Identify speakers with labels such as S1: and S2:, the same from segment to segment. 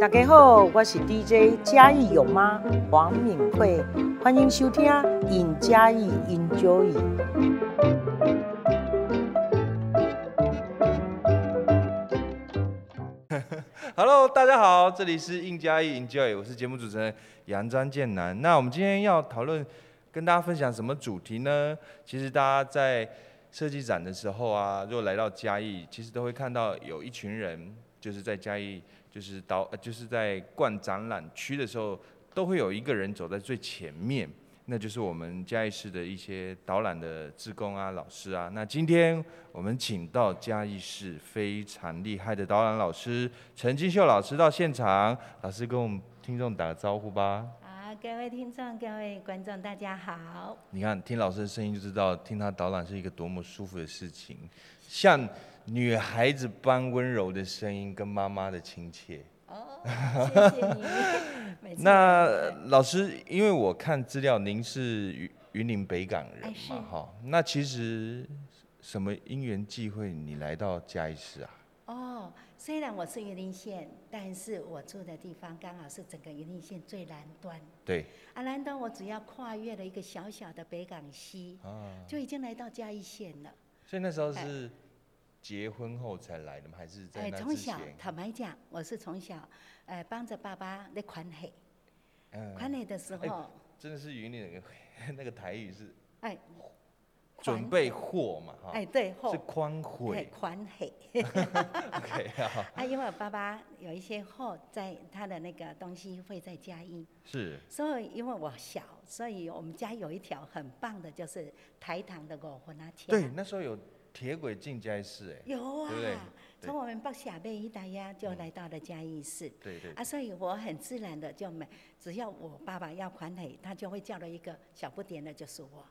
S1: 大家好，我是 DJ 嘉义有妈黄敏慧，欢迎收听《尹嘉义 Enjoy》。
S2: Hello，大家好，这里是应嘉义 Enjoy，我是节目主持人杨张建南。那我们今天要讨论，跟大家分享什么主题呢？其实大家在设计展的时候啊，如果来到嘉义，其实都会看到有一群人，就是在嘉义，就是导，呃就是在逛展览区的时候，都会有一个人走在最前面。那就是我们嘉义市的一些导览的志工啊、老师啊。那今天我们请到嘉义市非常厉害的导览老师陈金秀老师到现场，老师跟我们听众打个招呼吧。
S3: 好，各位听众、各位观众，大家好。
S2: 你看，听老师的声音就知道，听他导览是一个多么舒服的事情，像女孩子般温柔的声音跟妈妈的亲切。
S3: 哦，谢谢你。 每次
S2: 那
S3: 都会
S2: 老师，因为我看资料，您是云云林北港人
S3: 哎是
S2: 嘛，哈、那其实什么因缘际会，你来到嘉义市啊？
S3: 哦，虽然我是云林县，但是我住的地方刚好是整个云林县最南端。
S2: 对，
S3: 啊，南端我只要跨越了一个小小的北港溪，
S2: 啊，
S3: 就已经来到嘉义县了。
S2: 所以那时候
S3: 哎
S2: 是结婚后才来的吗？还是在
S3: 哎，
S2: 那
S3: 从
S2: 之
S3: 小
S2: 前？
S3: 坦白讲，我是从小，哎，帮着爸爸在款海，款
S2: 嗯，
S3: 海的时
S2: 哎
S3: 候，
S2: 真的是云林人，那个 台语是
S3: 哎，
S2: 准
S3: 款
S2: 备货嘛，哈、
S3: 哎，对，后
S2: 是宽悔
S3: 哎，款海。
S2: ，OK，好，
S3: 哎啊，因为我爸爸有一些货在他的那个东西会在嘉义，
S2: 是
S3: 所以因为我小，所以我们家有一条很棒的，就是台糖的五分啊条。
S2: 对，，那时候有铁轨进嘉义市，哎，
S3: 有啊
S2: 对不对，嗯对
S3: 从我们北下贝一带呀，就来到了嘉义市。
S2: 对对，
S3: 啊，所以我很自然的就买，只要我爸爸要款腿，他就会叫了一个小不点的，就是我。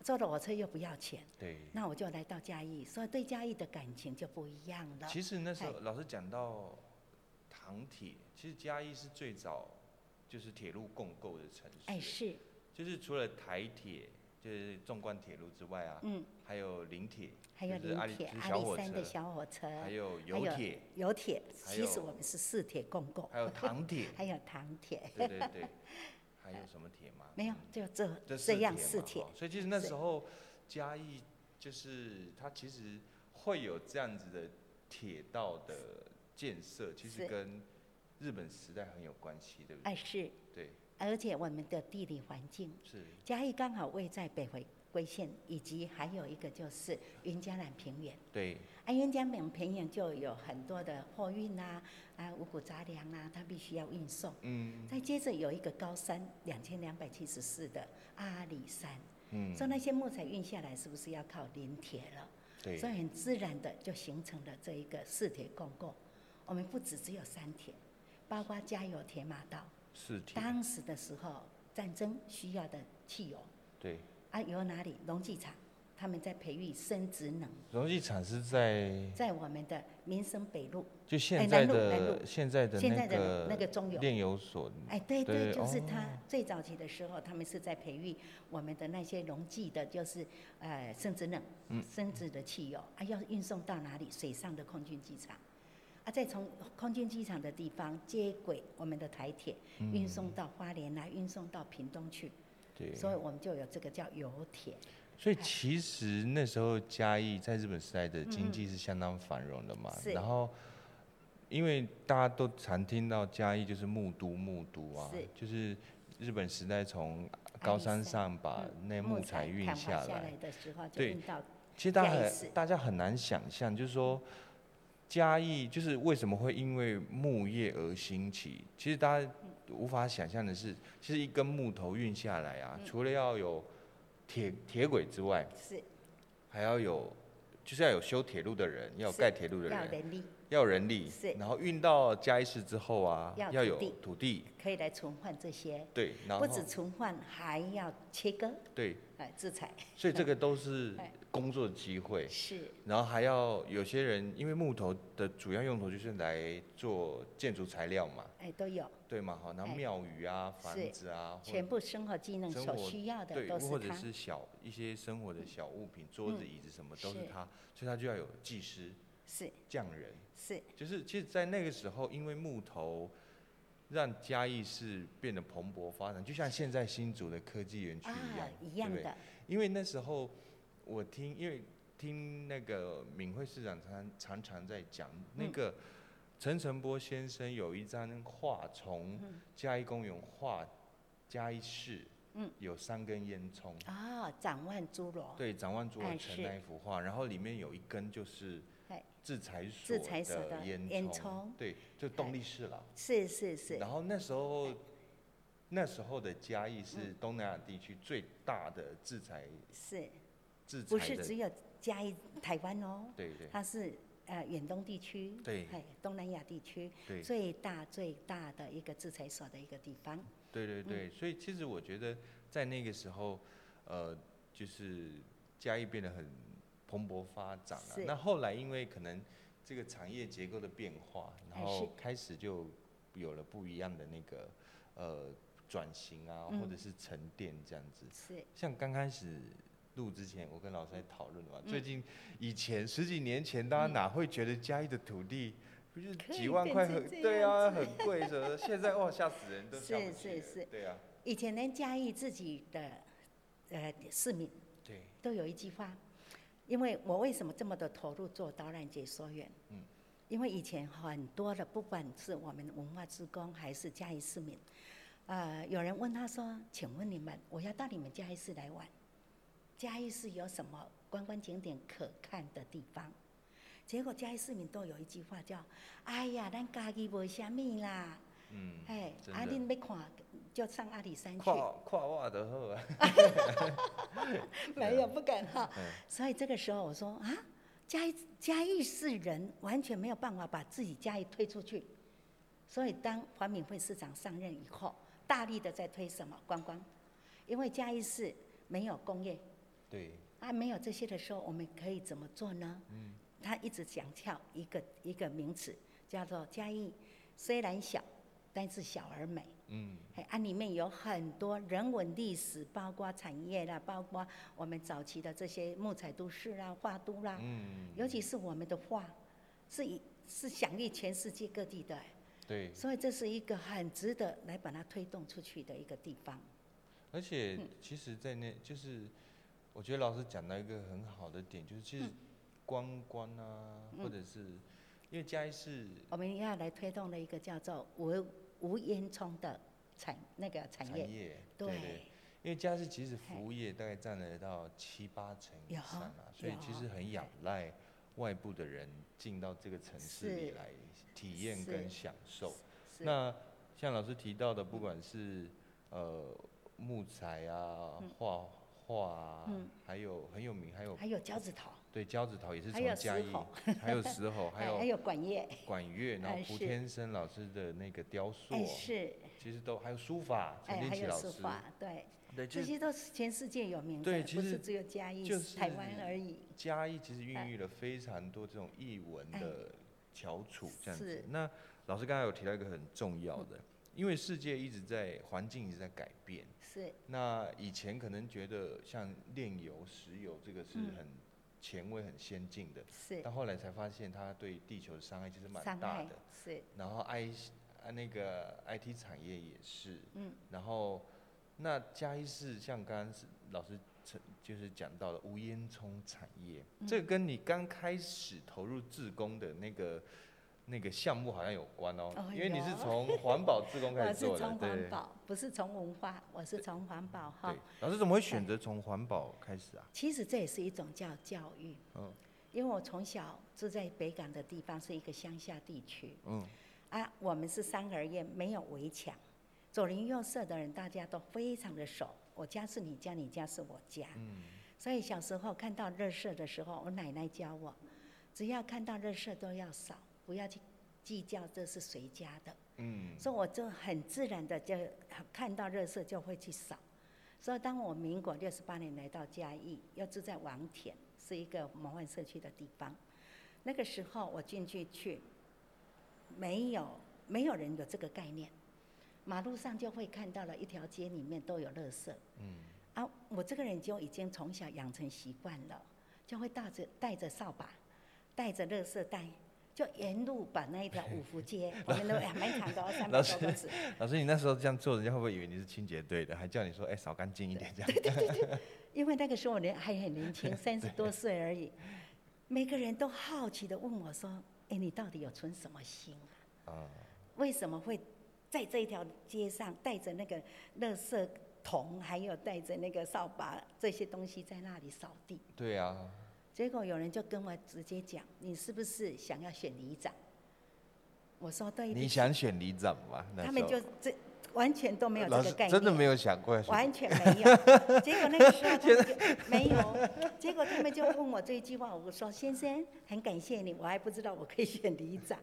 S3: 坐了我车又不要钱，
S2: 对。
S3: 那我就来到嘉义，所以对嘉义的感情就不一样了。
S2: 其实那时
S3: 哎
S2: 候老师讲到糖铁，其实嘉义是最早就是铁路共构的城市，
S3: 哎，是，
S2: 就是除了台铁就是纵贯铁路之外啊，
S3: 嗯，
S2: 还有林铁，
S3: 还有
S2: 就是阿
S3: 林
S2: 里
S3: 铁、
S2: 就是
S3: 阿
S2: 小
S3: 里
S2: 火
S3: 山的
S2: 车
S3: 小火车，
S2: 还有
S3: 还
S2: 油
S3: 有
S2: 铁，
S3: 油铁，
S2: 还
S3: 其实
S2: 有
S3: 我们是四铁共构，，
S2: 还有糖铁
S3: 还有糖铁，
S2: 对对对，还有什么铁吗？
S3: 没有
S2: 嗯
S3: 就这
S2: 这
S3: 这样
S2: 四
S3: 四
S2: 铁
S3: 铁
S2: 嘛。哈所以其实那
S3: 是
S2: 时候嘉义就是它其实会有这样子的铁道的建设，其实
S3: 是
S2: 跟日本时代很有关系，对不对？
S3: 哎是，
S2: 对，
S3: 而且我们的地理环境，
S2: 是
S3: 嘉义刚好位在北回归线，以及还有一个就是云嘉南平原。
S2: 对，
S3: 啊，云嘉南平原就有很多的货运啊，啊五谷杂粮啊，它必须要运送。
S2: 嗯
S3: 再接着有一个高山，两千两百七十四的阿里山，
S2: 嗯
S3: 所以那些木材运下来是不是要靠林铁了？
S2: 对
S3: 所以很自然的就形成了这一个四铁共构。我们不止只有三铁，包括加油铁马道。
S2: 是铁，
S3: 当时的时候，战争需要的汽油
S2: 对，
S3: 啊，由哪里？农技厂，他们在培育生殖能，
S2: 容器厂是在
S3: 在我们的民生北路，
S2: 就
S3: 哎
S2: 现在
S3: 南路南
S2: 的
S3: 路
S2: 现在的
S3: 现在
S2: 那
S3: 的那
S2: 个
S3: 个中油。
S2: 炼油所，
S3: 哎，对
S2: 对
S3: 对，就是
S2: 哦
S3: 他最早期的时候，他们是在培育我们的那些农技的，就是呃生殖能、
S2: 嗯
S3: 生殖的汽油啊，要运送到哪里？水上的空军机场啊，再从空军机场的地方接轨我们的台铁，
S2: 嗯
S3: 运送到花莲来，运送到屏东去，
S2: 对，
S3: 所以我们就有这个叫油铁。
S2: 所以其实那时候嘉义在日本时代的经济是相当繁荣的嘛，
S3: 嗯是
S2: 然后因为大家都常听到嘉义就是木都木都啊
S3: 是，
S2: 就是日本时代从
S3: 山
S2: 高山上把那哎木材运
S3: 砍伐
S2: 下
S3: 下
S2: 来
S3: 来，的时候就
S2: 对
S3: 运到
S2: 其实大家
S3: 嘉义
S2: 很
S3: 市
S2: 大家很难想象，就是说嘉义就是为什么会因为木业而兴起？其实大家无法想象的是，其实一根木头运下来
S3: 嗯
S2: 啊，除了要有铁铁轨之外，
S3: 是
S2: 还要有，就是要有修铁路的人，要有
S3: 是
S2: 盖铁路的
S3: 要
S2: 人，
S3: 人力
S2: 要有人力
S3: 是，
S2: 然后运到嘉义市之后啊，
S3: 要
S2: 要
S3: 土
S2: 有
S3: 地
S2: 土地，
S3: 可以来存换这些，
S2: 对，然
S3: 不
S2: 后
S3: 止存换，还要切割，
S2: 对，
S3: 哎，制裁
S2: 所以这个都 是
S3: 哎
S2: 工作机会，
S3: 是。
S2: 然后还要有些人，因为木头的主要用途就是来做建筑材料嘛，
S3: 哎，都有，
S2: 对嘛，好，然后
S3: 哎
S2: 庙宇啊、房
S3: 是
S2: 子啊，或
S3: 全部生活技能
S2: 生
S3: 所
S2: 活
S3: 需要的
S2: 对，
S3: 都
S2: 或者
S3: 他。嗯
S2: 是小一些生活的小物品，桌子、椅子什么都是
S3: 是
S2: 他，所以他就要有技师、
S3: 是
S2: 匠人。
S3: 是
S2: 就是其实，在那个时候，因为木头让嘉义市变得蓬勃发展，就像现在新竹的科技园区一样
S3: 啊，，一样
S2: 对不对
S3: 的，
S2: 因为那时候我听，因为听那个敏慧市长常常常在讲，那
S3: 嗯
S2: 个陈澄波先生有一张画，从
S3: 嗯
S2: 嘉义公园画嘉义市，
S3: 嗯，
S2: 有三根烟囱，
S3: 啊，展望侏罗，
S2: 对，展望朱
S3: 哎
S2: 尔城
S3: 是
S2: 那一幅画，然后里面有一根就是
S3: 哎
S2: 制裁所
S3: 制裁所的
S2: 烟
S3: 烟
S2: 囱
S3: 囱，
S2: 对，就动力室了。
S3: 是是是嗯
S2: 然，后那时候，那时候的嘉义是东南亚地区最大的制裁
S3: 是，
S2: 制裁
S3: 不是
S2: 的
S3: 只有嘉义台湾哦？
S2: 对对
S3: 它是呃远东地区，
S2: 对
S3: 哎，东南亚地区
S2: 对
S3: 最大最大的一个制裁所的一个地方，
S2: 对
S3: 嗯
S2: 对对，所以其实我觉得在那个时候，呃，就是嘉义变得很蓬勃发展了、
S3: 是
S2: 那后来因为可能这个产业结构的变化，然
S3: 哎
S2: 后
S3: 是
S2: 开始就有了不一样的那个呃转型啊，或者
S3: 嗯
S2: 是沉淀这样子。
S3: 是
S2: 像刚开始录之前，我跟老师在讨论嘛，
S3: 嗯
S2: 最近以前十几年前，大家哪会觉得嘉义的土地不就是几万块
S3: 可以
S2: 很
S3: 变成这
S2: 对啊，
S3: 样
S2: 很 贵什么的？现在哇吓死人，都
S3: 是
S2: 吓不起
S3: 是
S2: 人
S3: 是
S2: 对啊，
S3: 以前连嘉义自己的呃市民
S2: 对，
S3: 都有一句话，因为我为什么这么的投入做导览解说员？
S2: 嗯
S3: 因为以前很多的，不管是我们文化职工还是嘉义市民，呃，有人问他说：“请问你们，我要到你们嘉义市来玩，嘉义市有什么观光景点可看的地方？”结果嘉义市民都有一句话叫：“哎呀，咱嘉义无虾米啦，
S2: 嗯，
S3: 哎，
S2: 真
S3: 啊，
S2: 的
S3: 恁要看就上阿里山去。”
S2: 跨跨袜的后啊，
S3: 没有，不敢哈
S2: 嗯。
S3: 所以这个时候我说啊，嘉义嘉义市人完全没有办法把自己嘉义推出去，所以当黄敏惠市长上任以后，大力的在推什么观光，因为嘉义市没有工业
S2: 对，
S3: 啊，没有这些的时候，我们可以怎么做呢？
S2: 嗯，
S3: 他一直强调一个一个名词，叫做嘉义，虽然小，但是小而美。
S2: 嗯，
S3: 哎，啊，里面有很多人文历史，包括产业啦，包括我们早期的这些木材都市啦、画都啦，
S2: 嗯，
S3: 尤其是我们的画，是以是享誉全世界各地的，欸
S2: 对，
S3: 所以这是一个很值得来把它推动出去的一个地方。
S2: 而且
S3: 嗯
S2: 其实，在那就是，我觉得老师讲到一个很好的点，就是
S3: 嗯
S2: 其实观光啊，或者是因为嘉义市
S3: 我们要来推动了一个叫做无无烟囱的产那个产
S2: 产
S3: 业，
S2: 业，
S3: 对
S2: 对对。因为家事其实服
S3: 嘿
S2: 务业大概占了到七八成以
S3: 有
S2: 上啊，所以其实
S3: 有
S2: 很仰赖外部的人进到这个城市里
S3: 是
S2: 来体验
S3: 是
S2: 跟享受。
S3: 是
S2: 那像老师提到的，不管是呃木材啊、画画啊
S3: 嗯，
S2: 还有很有名，还有
S3: 还有交子头，
S2: 对胶子桃也是
S3: 还有
S2: 从嘉
S3: 石
S2: 义
S3: 猴，
S2: 还有石 猴，还
S3: 哎还
S2: 有
S3: 有管乐，
S2: 管乐，然后
S3: 哎
S2: 胡
S3: 是
S2: 天生老师的那个雕塑
S3: 哎，是，
S2: 其实都还有书法，陈
S3: 哎
S2: 天
S3: 还
S2: 琪
S3: 有
S2: 老
S3: 书
S2: 师，
S3: 法，对。
S2: 对，其
S3: 这
S2: 实
S3: 些都是全世界有名的，
S2: 对其
S3: 不
S2: 实
S3: 是只有嘉义、
S2: 就是
S3: 台湾而已。
S2: 嘉义其实孕
S3: 哎
S2: 育了非常多这种译文
S3: 哎
S2: 的翘楚，这样子
S3: 是。嗯
S2: 那老师刚才有提到一个很重要的，因为世界一直在环境一直在改变。
S3: 是
S2: 那以前可能觉得像炼油、石油这个是
S3: 嗯
S2: 很前卫、很先进的，
S3: 是
S2: 但后来才发现它对地球的伤害其实蛮
S3: 伤
S2: 大
S3: 害
S2: 的。
S3: 是
S2: 然后 I 啊那个 IT 产业也是，
S3: 嗯，
S2: 然后那嘉义市像刚刚是老师曾就是讲到了无烟囱产业，
S3: 嗯
S2: 这个跟你刚开始投入自工的那个那个项目好像有关哦，
S3: 哦
S2: 因为你是
S3: 有
S2: 从环保自工开
S3: 我
S2: 始
S3: 是
S2: 做的，
S3: 从
S2: 对
S3: 环保，不是从文化，我是从环保哈
S2: 对。。老师怎么会选择从环保开始啊？
S3: 其实这也是一种叫教育，
S2: 嗯
S3: 因为我从小住在北港的地方是一个乡下地区
S2: 嗯，
S3: 啊，我们是三合院，没有围墙，左邻右舍的人大家都非常的熟。我家是你家，你家是我家。
S2: 嗯，
S3: 所以小时候看到热色的时候，我奶奶教我，只要看到热色都要扫，不要去计较这是谁家的。
S2: 嗯，
S3: 所以我就很自然的就看到热色就会去扫。所以当我民国六十八年来到嘉义，又住在王田，是一个魔幻社区的地方。那个时候我进去去，没有没有人有这个概念，马路上就会看到了一条街里面都有垃圾。
S2: 嗯，
S3: 啊，我这个人就已经从小养成习惯了，就会带着带着扫把，带着垃圾袋就沿路把那一条五福 街，我们都哎蛮长的哦，三
S2: 老
S3: 百
S2: 师
S3: 多公尺，
S2: 老师，你那时候这样做，人家会不会以为你是清洁队的？还叫你说，哎、扫干净一点这样。
S3: 因为那个时候我年还很年轻，三十多岁 而已，每个人都好奇的问我说：“哎、你到底有存什么心啊？
S2: 啊，
S3: 为什么会在这一条街上带着那个垃圾桶，还有带着那个扫把这些东西在那里扫地？”
S2: 对啊，
S3: 结果有人就跟我直接讲：“你是不是想要选里长？”我说：“对不
S2: 你
S3: 起。
S2: 想选里长吗？那
S3: 他
S2: 时
S3: 们
S2: 候
S3: 就这完全都没有
S2: 老
S3: 这个
S2: 师
S3: 概念，
S2: 真的没有想过要选。
S3: 完全 没有。结果那个时候他们就没有，结果他们就问我这一句话，我说先生，很感谢你，我还不知道我可以选里长，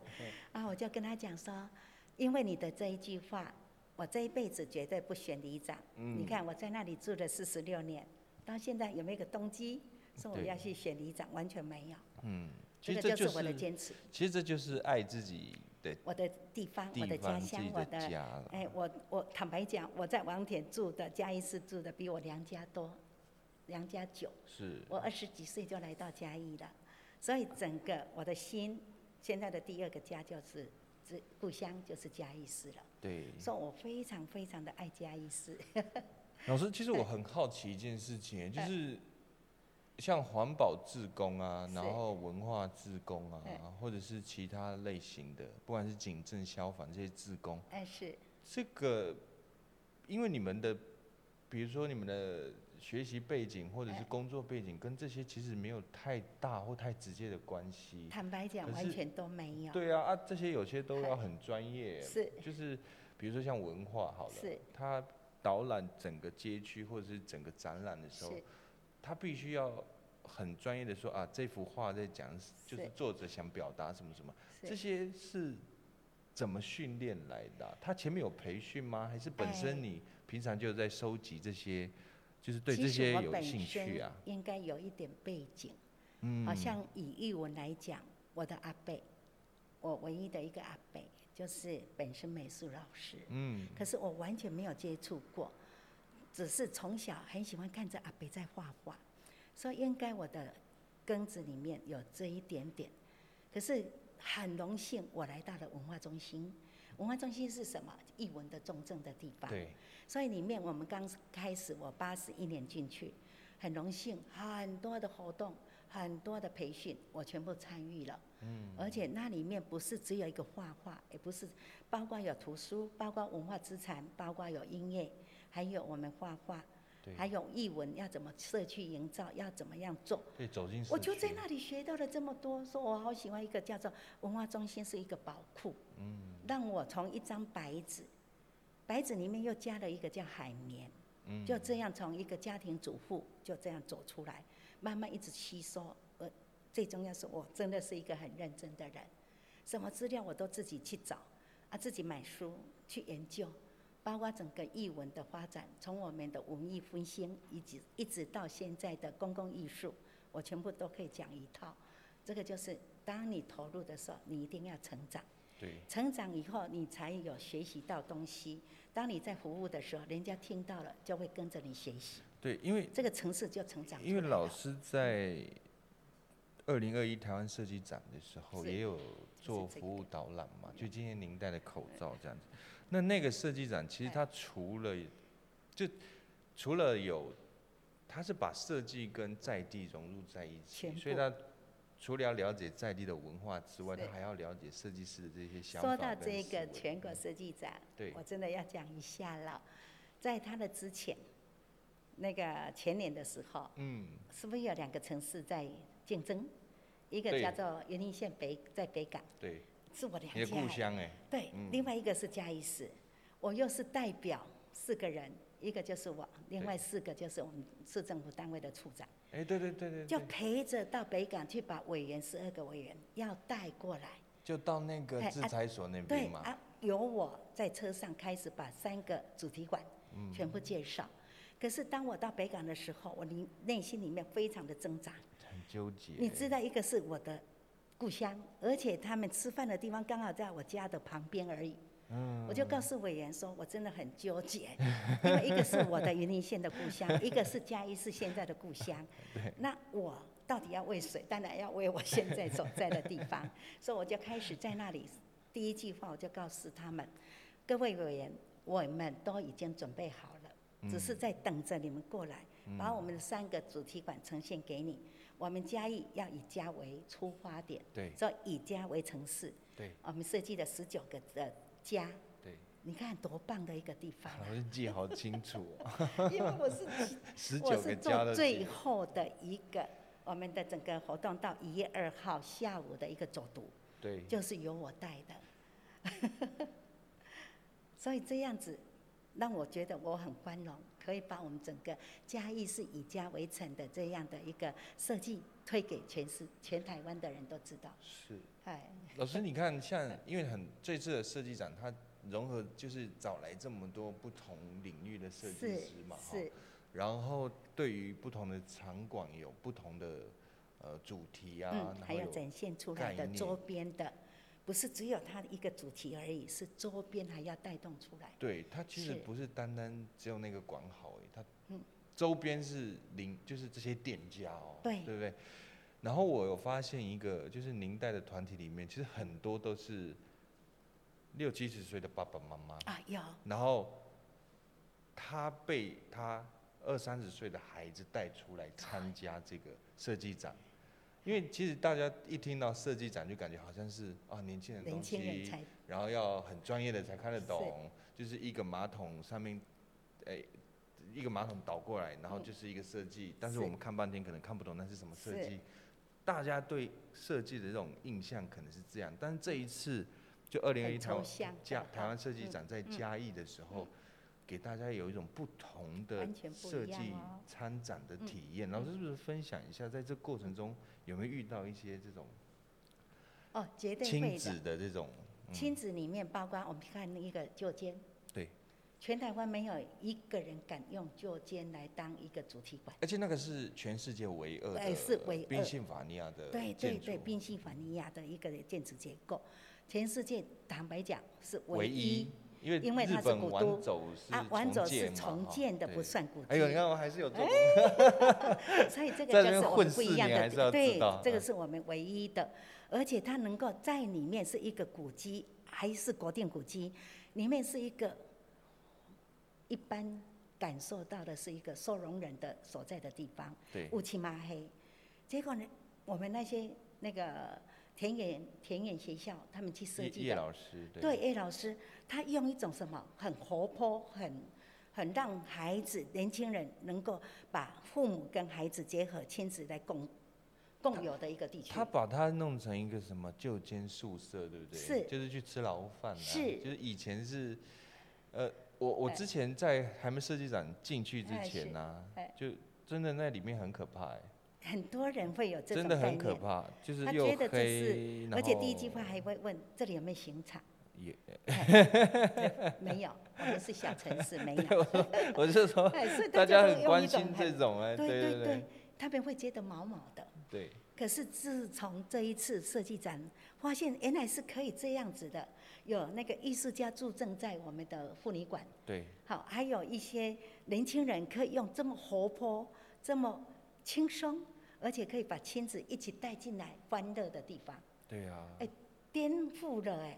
S3: 啊，我就跟他讲说，因为你的这一句话，我这一辈子绝对不选里长。
S2: 嗯
S3: 你看我在那里住了四十六年，到现在有没有一个动机说我
S2: 对
S3: 要去选里长？完全没有，
S2: 嗯，其
S3: 这
S2: 实
S3: 个
S2: 这
S3: 就
S2: 就是
S3: 我的坚持，
S2: 其实这就是爱自己的
S3: 我的地方，
S2: 地
S3: 我的家
S2: 方、自
S3: 乡
S2: 己，
S3: 我
S2: 的
S3: 的
S2: 家了。
S3: 哎，我我坦白讲，我在王田住的，嘉义市住的比我娘家多，娘家久。
S2: 是
S3: 我二十几岁就来到嘉义了，所以整个我的心，现在的第二个家就是这故乡就是嘉义市了。
S2: 对。
S3: 所以我非常非常的爱嘉义市。
S2: 老师，其实我很好奇一件事
S3: 哎
S2: 情，就是像环保志工啊，
S3: 是
S2: 然后文化志工啊
S3: 哎，
S2: 或者是其他类型的，不管是警政、消防这些志工，
S3: 哎，是
S2: 这个因为你们的，比如说你们的学习背景或者是
S3: 哎
S2: 工作背景，跟这些其实没有太大或太直接的关系。
S3: 坦白讲，
S2: 可
S3: 完
S2: 是
S3: 全都没有。
S2: 对啊，啊，这些有些都
S3: 哎
S2: 要很专业，
S3: 是
S2: 就是比如说像文化好了，
S3: 是
S2: 它导览整个街区或者是整个展览的时候
S3: 是，
S2: 他必须要很专业的说啊，这幅画在讲是，就是
S3: 是
S2: 作者想表达什么什么，这
S3: 是，
S2: 些是怎么训练来的啊、他前面有培训吗？还是本
S3: 哎
S2: 身你平常就在收集这些，就是对这
S3: 其实
S2: 些
S3: 我
S2: 有
S3: 本
S2: 兴趣
S3: 身
S2: 啊？
S3: 应该有一点背景。
S2: 嗯，
S3: 好像以译文来讲，我的阿伯，我唯一的一个阿伯就是本身美术老师，
S2: 嗯，
S3: 可是我完全没有接触过，只是从小很喜欢看着阿伯在画画，所以应该我的根子里面有这一点点。可是很荣幸，我来到了文化中心。文化中心是什么？译文的重镇的地方。
S2: 对，
S3: 所以里面我们刚开始，我八十一年进去，很荣幸，很多的活动，很多的培训，我全部参与了。嗯，而且那里面不是只有一个画画，也不是，包括有图书，包括文化资产，包括有音乐，还有我们画画，
S2: 对，
S3: 还有艺文要怎么社区营造，要怎么样做。
S2: 对，走进
S3: 我
S2: 社
S3: 就
S2: 区
S3: 在那里学到了这么多，说我好喜欢一个叫做文化中心是一个宝库，嗯，让我从一张白纸，白纸里面又加了一个叫海绵，嗯，就这样从一个家庭主妇就这样走出来，慢慢一直吸收，呃，最重要是我真的是一个很认真的人，什么资料我都自己去找，啊，自己买书去研究。包括整个译文的发展，从我们的文艺复兴，一直一直到现在的公共艺术，我全部都可以讲一套。这个就是当你投入的时候，你一定要成长，
S2: 对，
S3: 成长以后你才有学习到东西。当你在服务的时候，人家听到了就会跟着你学习，
S2: 对，因为
S3: 这个城市就成长出来
S2: 因
S3: 了。
S2: 为老师在二零二一台湾设计展的时候，
S3: 是
S2: 也有做
S3: 这
S2: 服务
S3: 个嗯
S2: 导览嘛，就今天您戴的口罩这样子。那那个设计展其实
S3: 哎
S2: 它除了就除了有，它是把设计跟在地融入在一起，
S3: 全
S2: 所以
S3: 部
S2: 它除了要了解在地的文化之外，它
S3: 是
S2: 还要了解设计师的这些想法
S3: 说
S2: 跟
S3: 到这
S2: 思
S3: 个
S2: 维
S3: 全国设计展，
S2: 对
S3: 我真的要讲一下了。在他的之前，那个前年的时候，
S2: 嗯，
S3: 是不是有两个城市在竞争？一个
S2: 对
S3: 叫做云林县北，在北港，
S2: 对，
S3: 是我娘
S2: 你的
S3: 家
S2: 故。乡哎，
S3: 对，另外一个是嘉义市，我又是代表四个人，一个就是我，另外四个就是我们市政府单位的处长，
S2: 哎，对对对对
S3: 就
S2: 对，
S3: 陪着到北港去把委员十二个委员要带过来。
S2: 就到那个
S3: 哎
S2: 制
S3: 啊
S2: 裁所那
S3: 对
S2: 边嘛，
S3: 啊，由我在车上开始把三个主题馆
S2: 嗯
S3: 全部介绍。可是当我到北港的时候，我里内心里面非常的挣扎。
S2: 很纠结。
S3: 你知道，一个是我的故乡，而且他们吃饭的地方刚好在我家的旁边而已。我就告诉委员说，我真的很纠结，因为一个是我的云林县的故乡，一个是嘉义市现在的故乡。那我到底要为谁？当然要为我现在所在的地方。所以我就开始在那里，第一句话我就告诉他们，各位委员，我们都已经准备好了，只
S2: 嗯
S3: 是在等着你们过来，把我们的三个主题馆呈现给你。我们嘉义要以家为出发点，
S2: 对
S3: 所以以家为城市。
S2: 对
S3: 我们设计了十九个的家，
S2: 对，
S3: 你看多棒的一个地方啊！
S2: 好像记好清楚、 哦，
S3: 因为我是其
S2: 十
S3: 我
S2: 九个
S3: 是
S2: 家
S3: 做
S2: 的
S3: 最
S2: 记
S3: 后的一个，我们的整个活动到一月二号下午的一个走读，
S2: 对，
S3: 就是由我带的， 所以这样子让我觉得我很宽容，可以把我们整个嘉义是以家为城的这样的一个设计推给全市全台湾的人都知道，
S2: 是。
S3: 哎。
S2: 老师，你看，像因为很这次的设计展，它融合就是找来这么多不同领域的设计
S3: 是
S2: 师嘛，哈
S3: 是，
S2: 然后对于不同的场馆有不同的呃主题啊，
S3: 嗯，
S2: 然
S3: 还
S2: 后
S3: 有
S2: 有
S3: 展现出来
S2: 概
S3: 的
S2: 念
S3: 周边的，不是只有它一个主题而已，是周边还要带动出来。
S2: 对它其实
S3: 是
S2: 不是单单只有那个馆好诶，它
S3: 嗯
S2: 周边是零，就是这些店家哦，
S3: 对
S2: 对不对？然后我有发现一个，就是您带的团体里面，其实很多都是六七十岁的爸爸妈妈，
S3: 啊，有
S2: 然后他被他二三十岁的孩子带出来参加这个设计展，因为其实大家一听到设计展就感觉好像是啊年轻人的东
S3: 年轻人
S2: 西，
S3: 才
S2: 然后要很专业的才看得
S3: 是
S2: 懂，就是一个马桶上面，哎。一个马桶倒过来，然后
S3: 嗯
S2: 就是一个设计，但是
S3: 是
S2: 我们看半天可能看不懂那是什么设
S3: 是
S2: 计。大家对设计的这种印象可能是这样，但是这一次就二零二一
S3: 很
S2: 台湾
S3: 抽象，
S2: 嘉
S3: 很
S2: 台湾
S3: 好
S2: 设计
S3: 嗯
S2: 展在嘉义的时候，给大家有一种不同的
S3: 完全不一
S2: 设
S3: 样
S2: 计
S3: 哦嗯
S2: 参展的体验。老师是不是分享一下，在这过程中有没有遇到一些这种
S3: 哦，绝对
S2: 亲
S3: 会
S2: 子
S3: 的。
S2: 的这种？嗯
S3: 亲子里面包括我们看那个旧间，
S2: 对，
S3: 全台湾没有一个人敢用旧间来当一个主题馆。
S2: 而且那个是全世界唯二
S3: 哎
S2: 的，
S3: 是唯
S2: 宾
S3: 二
S2: 夕法尼亚的呃
S3: 对对
S2: 建
S3: 对，
S2: 筑
S3: 宾夕法尼亚的一个建筑结构，全世界坦白讲是
S2: 唯
S3: 一。，
S2: 因为
S3: 因为它
S2: 日
S3: 是
S2: 本
S3: 古
S2: 晚
S3: 都
S2: 走是
S3: 啊，完走是
S2: 嘛
S3: 重
S2: 哈
S3: 建的，
S2: 对
S3: 不算古迹。
S2: 哎呦，你看我还是有做功
S3: 所以这
S2: 在那
S3: 个就
S2: 边
S3: 是我
S2: 混
S3: 们不
S2: 四
S3: 一样
S2: 年还
S3: 的
S2: 是要
S3: 地，
S2: 知
S3: 对
S2: 道，
S3: 这个
S2: 嗯
S3: 是我们唯一的，而且它能够在里面是一个古迹，还是国定古迹，里面是一个一般感受到的是一个收容人的所在的地方，
S2: 对，
S3: 乌漆嘛黑。结果呢，我们那些那个田园田园学校，他们去设
S2: 叶
S3: 计
S2: 叶
S3: 的
S2: 老师
S3: 对，叶老师，他用一种什么很活泼、很很让孩子、年轻人能够把父母跟孩子结合，亲子来共共有的一个地区
S2: 他。把它弄成一个什么旧间宿舍，对不对？
S3: 是
S2: 就是去吃牢饭、啊。
S3: 是
S2: 就是以前是，呃，我我
S3: 哎
S2: 之前在还没设计展进去之
S3: 哎
S2: 前
S3: 是
S2: 呢、
S3: 哎
S2: 就真的那里面很可怕、哎，
S3: 很多人会有这
S2: 真
S3: 种
S2: 的
S3: 概
S2: 很可
S3: 念，
S2: 怕，就是
S3: 他
S2: 又
S3: 觉得这是
S2: 黑，
S3: 而且第一句
S2: 然
S3: 话
S2: 后
S3: 还会问这里有没有刑 场？
S2: 也，
S3: 没有，我们是小城 市，没
S2: 对
S3: 有。
S2: 我说我是说
S3: 哎，所以
S2: 大
S3: 家
S2: 家
S3: 都
S2: 很
S3: 用
S2: 关
S3: 一种
S2: 心这
S3: 很
S2: 种哎，
S3: 对
S2: 对
S3: 对，他们会觉得毛毛的。
S2: 对，
S3: 可是自从这一次设计展，发现原来是可以这样子的，有那个艺术家助阵在我们的妇女馆。
S2: 对，
S3: 好，还有一些年轻人可以用这么活泼、这么轻松，而且可以把亲子一起带进来欢乐的地方，
S2: 对啊，
S3: 哎颠覆了哎、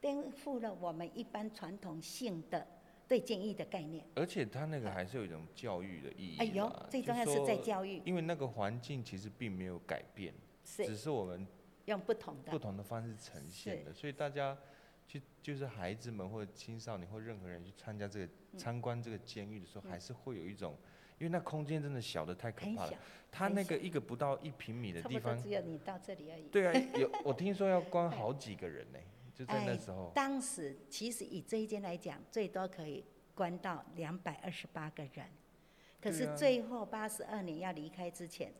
S3: 颠覆了我们一般传统性的对建议的概念。
S2: 而且他那个还是有一种教育的意义啦。
S3: 哎呦，最
S2: 就
S3: 重要是在
S2: 啊说
S3: 教育，
S2: 因为那个环境其实并没有改变，
S3: 是
S2: 只是我们
S3: 用不同
S2: 不
S3: 的，
S2: 同的方式呈现
S3: 是
S2: 的，所以大家去就是孩子们或者青少年或任何人去参加这个
S3: 嗯
S2: 参观这个监狱的时候，还是会有一种，因为那空间真的小的太可
S3: 很
S2: 怕了
S3: 小，，
S2: 它
S3: 很
S2: 那个一个不到一平米的
S3: 差
S2: 地
S3: 不多
S2: 方，
S3: 只有你到这里而已。
S2: 对啊，有 我听说要关好几个人呢、就在那
S3: 哎
S2: 时候，
S3: 当时其实以这一间来讲，最多可以关到两百二十八个人，可
S2: 对
S3: 是
S2: 啊
S3: 最后八十二年要离开之前，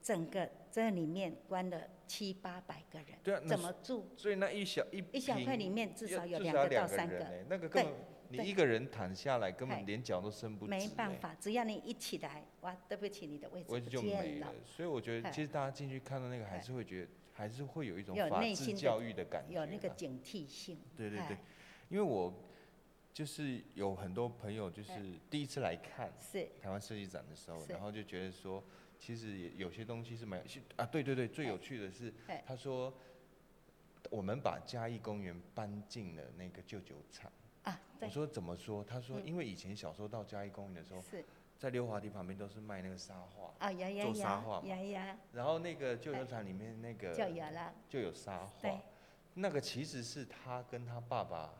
S3: 整个这里面关了七八百个人，
S2: 对啊那
S3: 怎
S2: 是
S3: 么住？
S2: 所以那一小一
S3: 一小块里
S2: 平
S3: 面至
S2: 要
S3: 少有
S2: 至
S3: 两
S2: 少
S3: 个到
S2: 两
S3: 三
S2: 人
S3: 个，
S2: 呢那个
S3: 对
S2: 根本你
S3: 对
S2: 一个人躺下来，根
S3: 哎
S2: 本连脚都伸不直、
S3: 没办
S2: 哎
S3: 法，只要你一起来，哇，对不起，你的位置
S2: 我
S3: 不
S2: 就没
S3: 见
S2: 了
S3: 了。。
S2: 所以我觉得，
S3: 哎
S2: 其实大家进去看到那个，还
S3: 哎
S2: 是会觉得，还是会有一种
S3: 有
S2: 法
S3: 内
S2: 治
S3: 心的
S2: 教育的感觉啦。
S3: 有那个警惕性，
S2: 对对对
S3: 哎，
S2: 因为我就是有很多朋友就是第一次来看
S3: 是
S2: 台湾设计展的时候，
S3: 是
S2: 然后就觉得说，其实也有些东西是蛮有趣啊，对对对，最有趣的是
S3: 哎
S2: 他说。我们把嘉义公园搬进了那个旧酒厂。
S3: 啊，
S2: 我
S3: 对，
S2: 说怎么说？他说
S3: 嗯
S2: 因为以前小时候到嘉义公园的时候，
S3: 是
S2: 在溜滑梯旁边都是卖那个沙画，
S3: 啊，呀呀
S2: 做沙画嘛
S3: 呀
S2: 呃
S3: 呀呀，
S2: 然后那个旧酒厂里面那个
S3: 就有了，
S2: 就有沙
S3: 对
S2: 画，那个其实是他跟他爸爸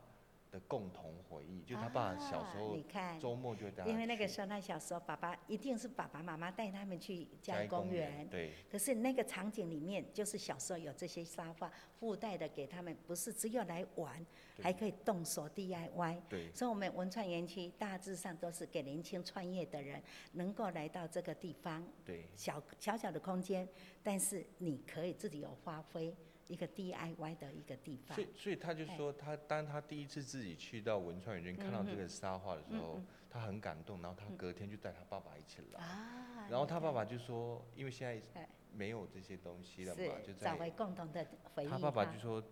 S2: 的共同回忆，就他爸小时
S3: 啊
S2: 候
S3: 你看，
S2: 周末就会带他去，
S3: 因为那个时候，他小时候，爸爸一定是爸爸妈妈带他们去
S2: 嘉
S3: 嘉
S2: 义
S3: 义公
S2: 园
S3: 园。
S2: 对，
S3: 可是那个场景里面，就是小时候有这些沙发附带的给他们，不是只有来玩，
S2: 对
S3: 还可以动手 DIY。
S2: 对
S3: 所以，我们文创园区大致上都是给年轻创业的人能够来到这个地方，
S2: 对
S3: 小小小的空间，但是你可以自己有发挥一个 DIY 的一个地方
S2: 所。以所以他
S3: 哎
S2: 就说他当他第一次自己去到文创园区看到
S3: 嗯
S2: 这个沙画的时候，他很感动，然后他隔天就带他爸爸一起来，
S3: 啊
S2: 然后他爸爸就说，因为现在
S3: 哎
S2: 没有这些东西了
S3: 是
S2: 嘛，就在
S3: 找回共同的回忆吧。
S2: 他爸爸就说，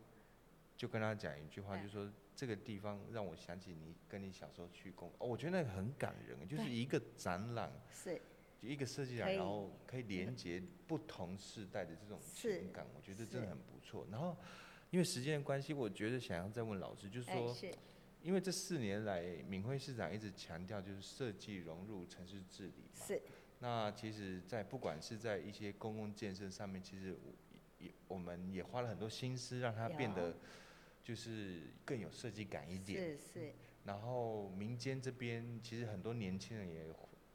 S2: 就跟他讲一句话，
S3: 嗯
S2: 就说这个地方让我想起你跟你小时候去公，哦，我觉得那个很感人，就是
S3: 对
S2: 一个展览，
S3: 是
S2: 一个设计
S3: 可
S2: 展，
S3: 以
S2: 然后可以连接不同世代的这种
S3: 是
S2: 情感，我觉得
S3: 是
S2: 真的很不错。然后因为时间的关系，我觉得想要再问老师，就是
S3: 哎
S2: 说，
S3: 是
S2: 因为这四年来，敏慧市长一直强调就是设计融入城市治理嘛，
S3: 是
S2: 那其实，在不管是在一些公共建设上面，其实我也我们也花了很多心思，让它变得
S3: 有
S2: 就是更有设计感一点。
S3: 是是
S2: 然后民间这边，其实很多年轻人也，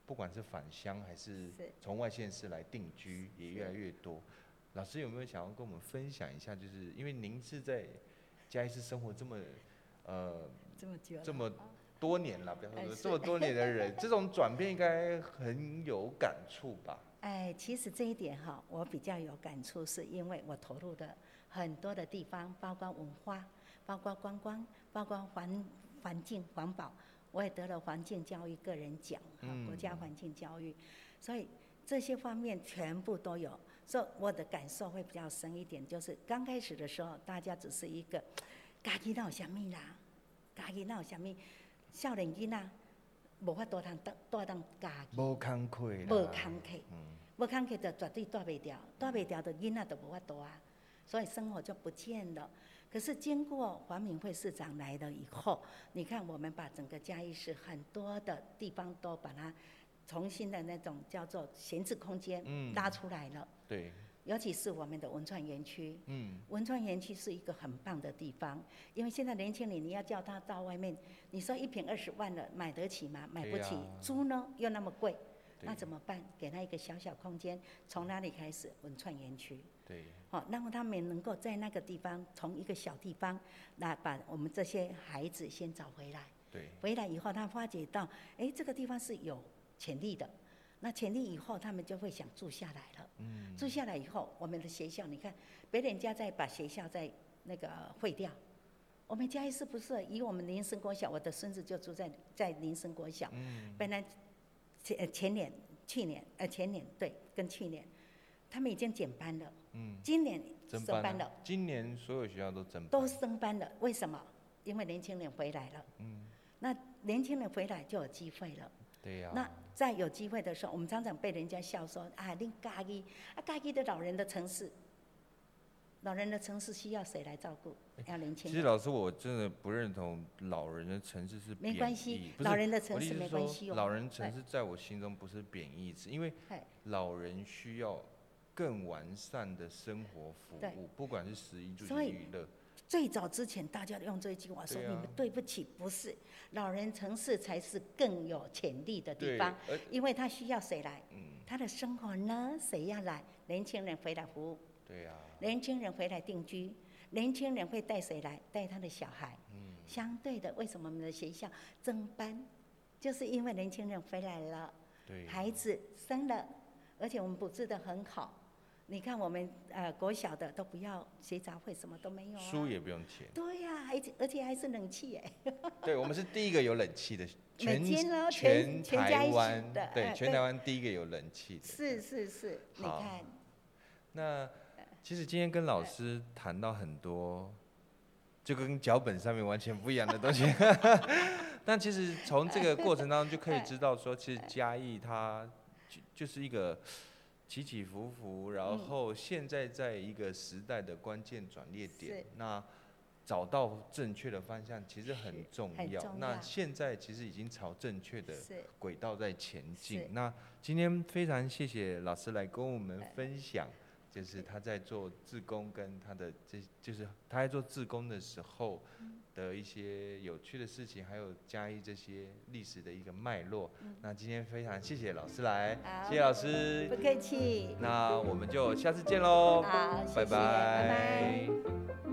S2: 不管是返乡还是
S3: 是
S2: 从外县市来定居，也
S3: 是
S2: 越来越多。老师有没有想要跟我们分享一下？就是因为您是在嘉义市生活这么呃
S3: 这么久了
S2: 这么多年了，不要
S3: 哎
S2: 说
S3: 是
S2: 这么多年的 人，这种转变应该很有感触吧？
S3: 哎，其实这一点哈，我比较有感触，是因为我投入的很多的地方，包括文化，包括观光，包括环环境环保，我也得了环境教育个人奖哈，国家
S2: 嗯
S3: 环境教育，所以这些方面全部都有。所以我的感受会比较深一点，就是刚开始的时候，大家只是一个，家己闹什么啦，家己闹什么，少年囡仔无法多通带带当家己。
S2: 无工课啦，
S3: 无空气
S2: 嗯，
S3: 无空气就绝对带袂掉，带袂掉的囡仔就无法度啊，所以生活就不见了。可是经过黄敏惠市长来了以后，你看我们把整个嘉义市很多的地方都把它重新的那种叫做闲置空间
S2: 嗯
S3: 拉出来了，
S2: 对，
S3: 尤其是我们的文创园区。
S2: 嗯，
S3: 文创园区是一个很棒的地方，因为现在年轻人你要叫他到外面，你说一瓶二十万的买得起吗？买不
S2: 对呀
S3: 起，租呢又那么贵，
S2: 对
S3: 那怎么办？给他一个小小空间，从哪里开始？文创园区，
S2: 对，
S3: 好、让他们能够在那个地方，从一个小地方，那把我们这些孩子先找回来。
S2: 对，
S3: 回来以后，他发觉到，哎，这个地方是有潜力的，那潜力以后，他们就会想住下来了。
S2: 嗯，
S3: 住下来以后，我们的学校，你看，别人家在把学校在那个废掉，我们嘉义市不是以我们林森国小，我的孙子就住在在林森国小，
S2: 嗯，
S3: 本来前呃前年、去年、呃前年对，跟去年，他们已经减班了，
S2: 嗯，
S3: 今年
S2: 增
S3: 升
S2: 班
S3: 班
S2: 了
S3: 了，
S2: 今年所有学校都增班，
S3: 都升班了，为什么？因为年轻人回来了，
S2: 嗯，
S3: 那年轻人回来就有机会了。
S2: 对呀、
S3: 那在有机会的时候，我们常常被人家笑说啊，你咖喱啊，咖喱的老人的城市，老人的城市需要谁来照顾？要年
S2: 哎其
S3: 轻
S2: 实
S3: 人。
S2: 老师我真的不认同老人的城市是
S3: 没
S2: 贬
S3: 关系
S2: 义不是
S3: 老人的
S2: 我
S3: 城
S2: 意
S3: 市
S2: 思
S3: 没
S2: 是
S3: 关
S2: 说
S3: 系哦
S2: 老人城
S3: 哎
S2: 市在我心中不是贬义词，因为
S3: 哎
S2: 老人需要更完善的生活服
S3: 对
S2: 务，不管是食衣住
S3: 所
S2: 行
S3: 以
S2: 娱乐，
S3: 最早之前，大家用这一句话说：“
S2: 对啊
S3: 你们对不起，不是老人城市才是更有潜力的地
S2: 对，
S3: 方，
S2: 而
S3: 因为他需要谁来？
S2: 嗯，
S3: 他的生活呢？谁要来？年轻人回来服务，
S2: 对啊呀、
S3: 年轻人回来定居，年轻人会带谁来？带他的小孩。
S2: 嗯
S3: 相对的，为什么我们的学校增班，就是因为年轻人回来了，
S2: 对，
S3: 孩子生了，而且我们布置的很好。你看我们呃国小的都不要学杂费，什么都没有啊。
S2: 书也不用钱。
S3: 对呀、而且而且还是冷气耶，
S2: 对，我们是第一个有冷气的，全
S3: 每天咯
S2: 全
S3: 全全家
S2: 台
S3: 一起
S2: 湾
S3: 的
S2: 对，
S3: 哎
S2: 全
S3: 对
S2: 台湾第一个有冷气的。
S3: 是是是，你
S2: 好
S3: 看
S2: 那其实今天跟老师谈到很多就跟脚本上面完全不一样的 东西。但其实从这个过程当中就可以知道说，其实嘉义它就就是一个起起伏伏，然后现在在一个时代的关键转捩点
S3: 是，
S2: 那找到正确的方向其实很
S3: 是
S2: 重
S3: 很
S2: 要。
S3: 重
S2: 那
S3: 要
S2: 现在其实已经朝正确的
S3: 是
S2: 轨道在前进
S3: 是。
S2: 那今天非常谢谢老师来跟我们分享，
S3: 哎
S2: 就是
S3: 是
S2: 他在做自工跟他的这就是他在做自工的时候
S3: 嗯
S2: 的一些有趣的事情，还有嘉义这些历史的一个脉络。那今天非常谢谢老师来，
S3: 嗯好
S2: 谢谢老师
S3: 不。客气。
S2: 那我们就下次见喽，
S3: 好，谢
S2: 拜
S3: 谢拜拜
S2: 拜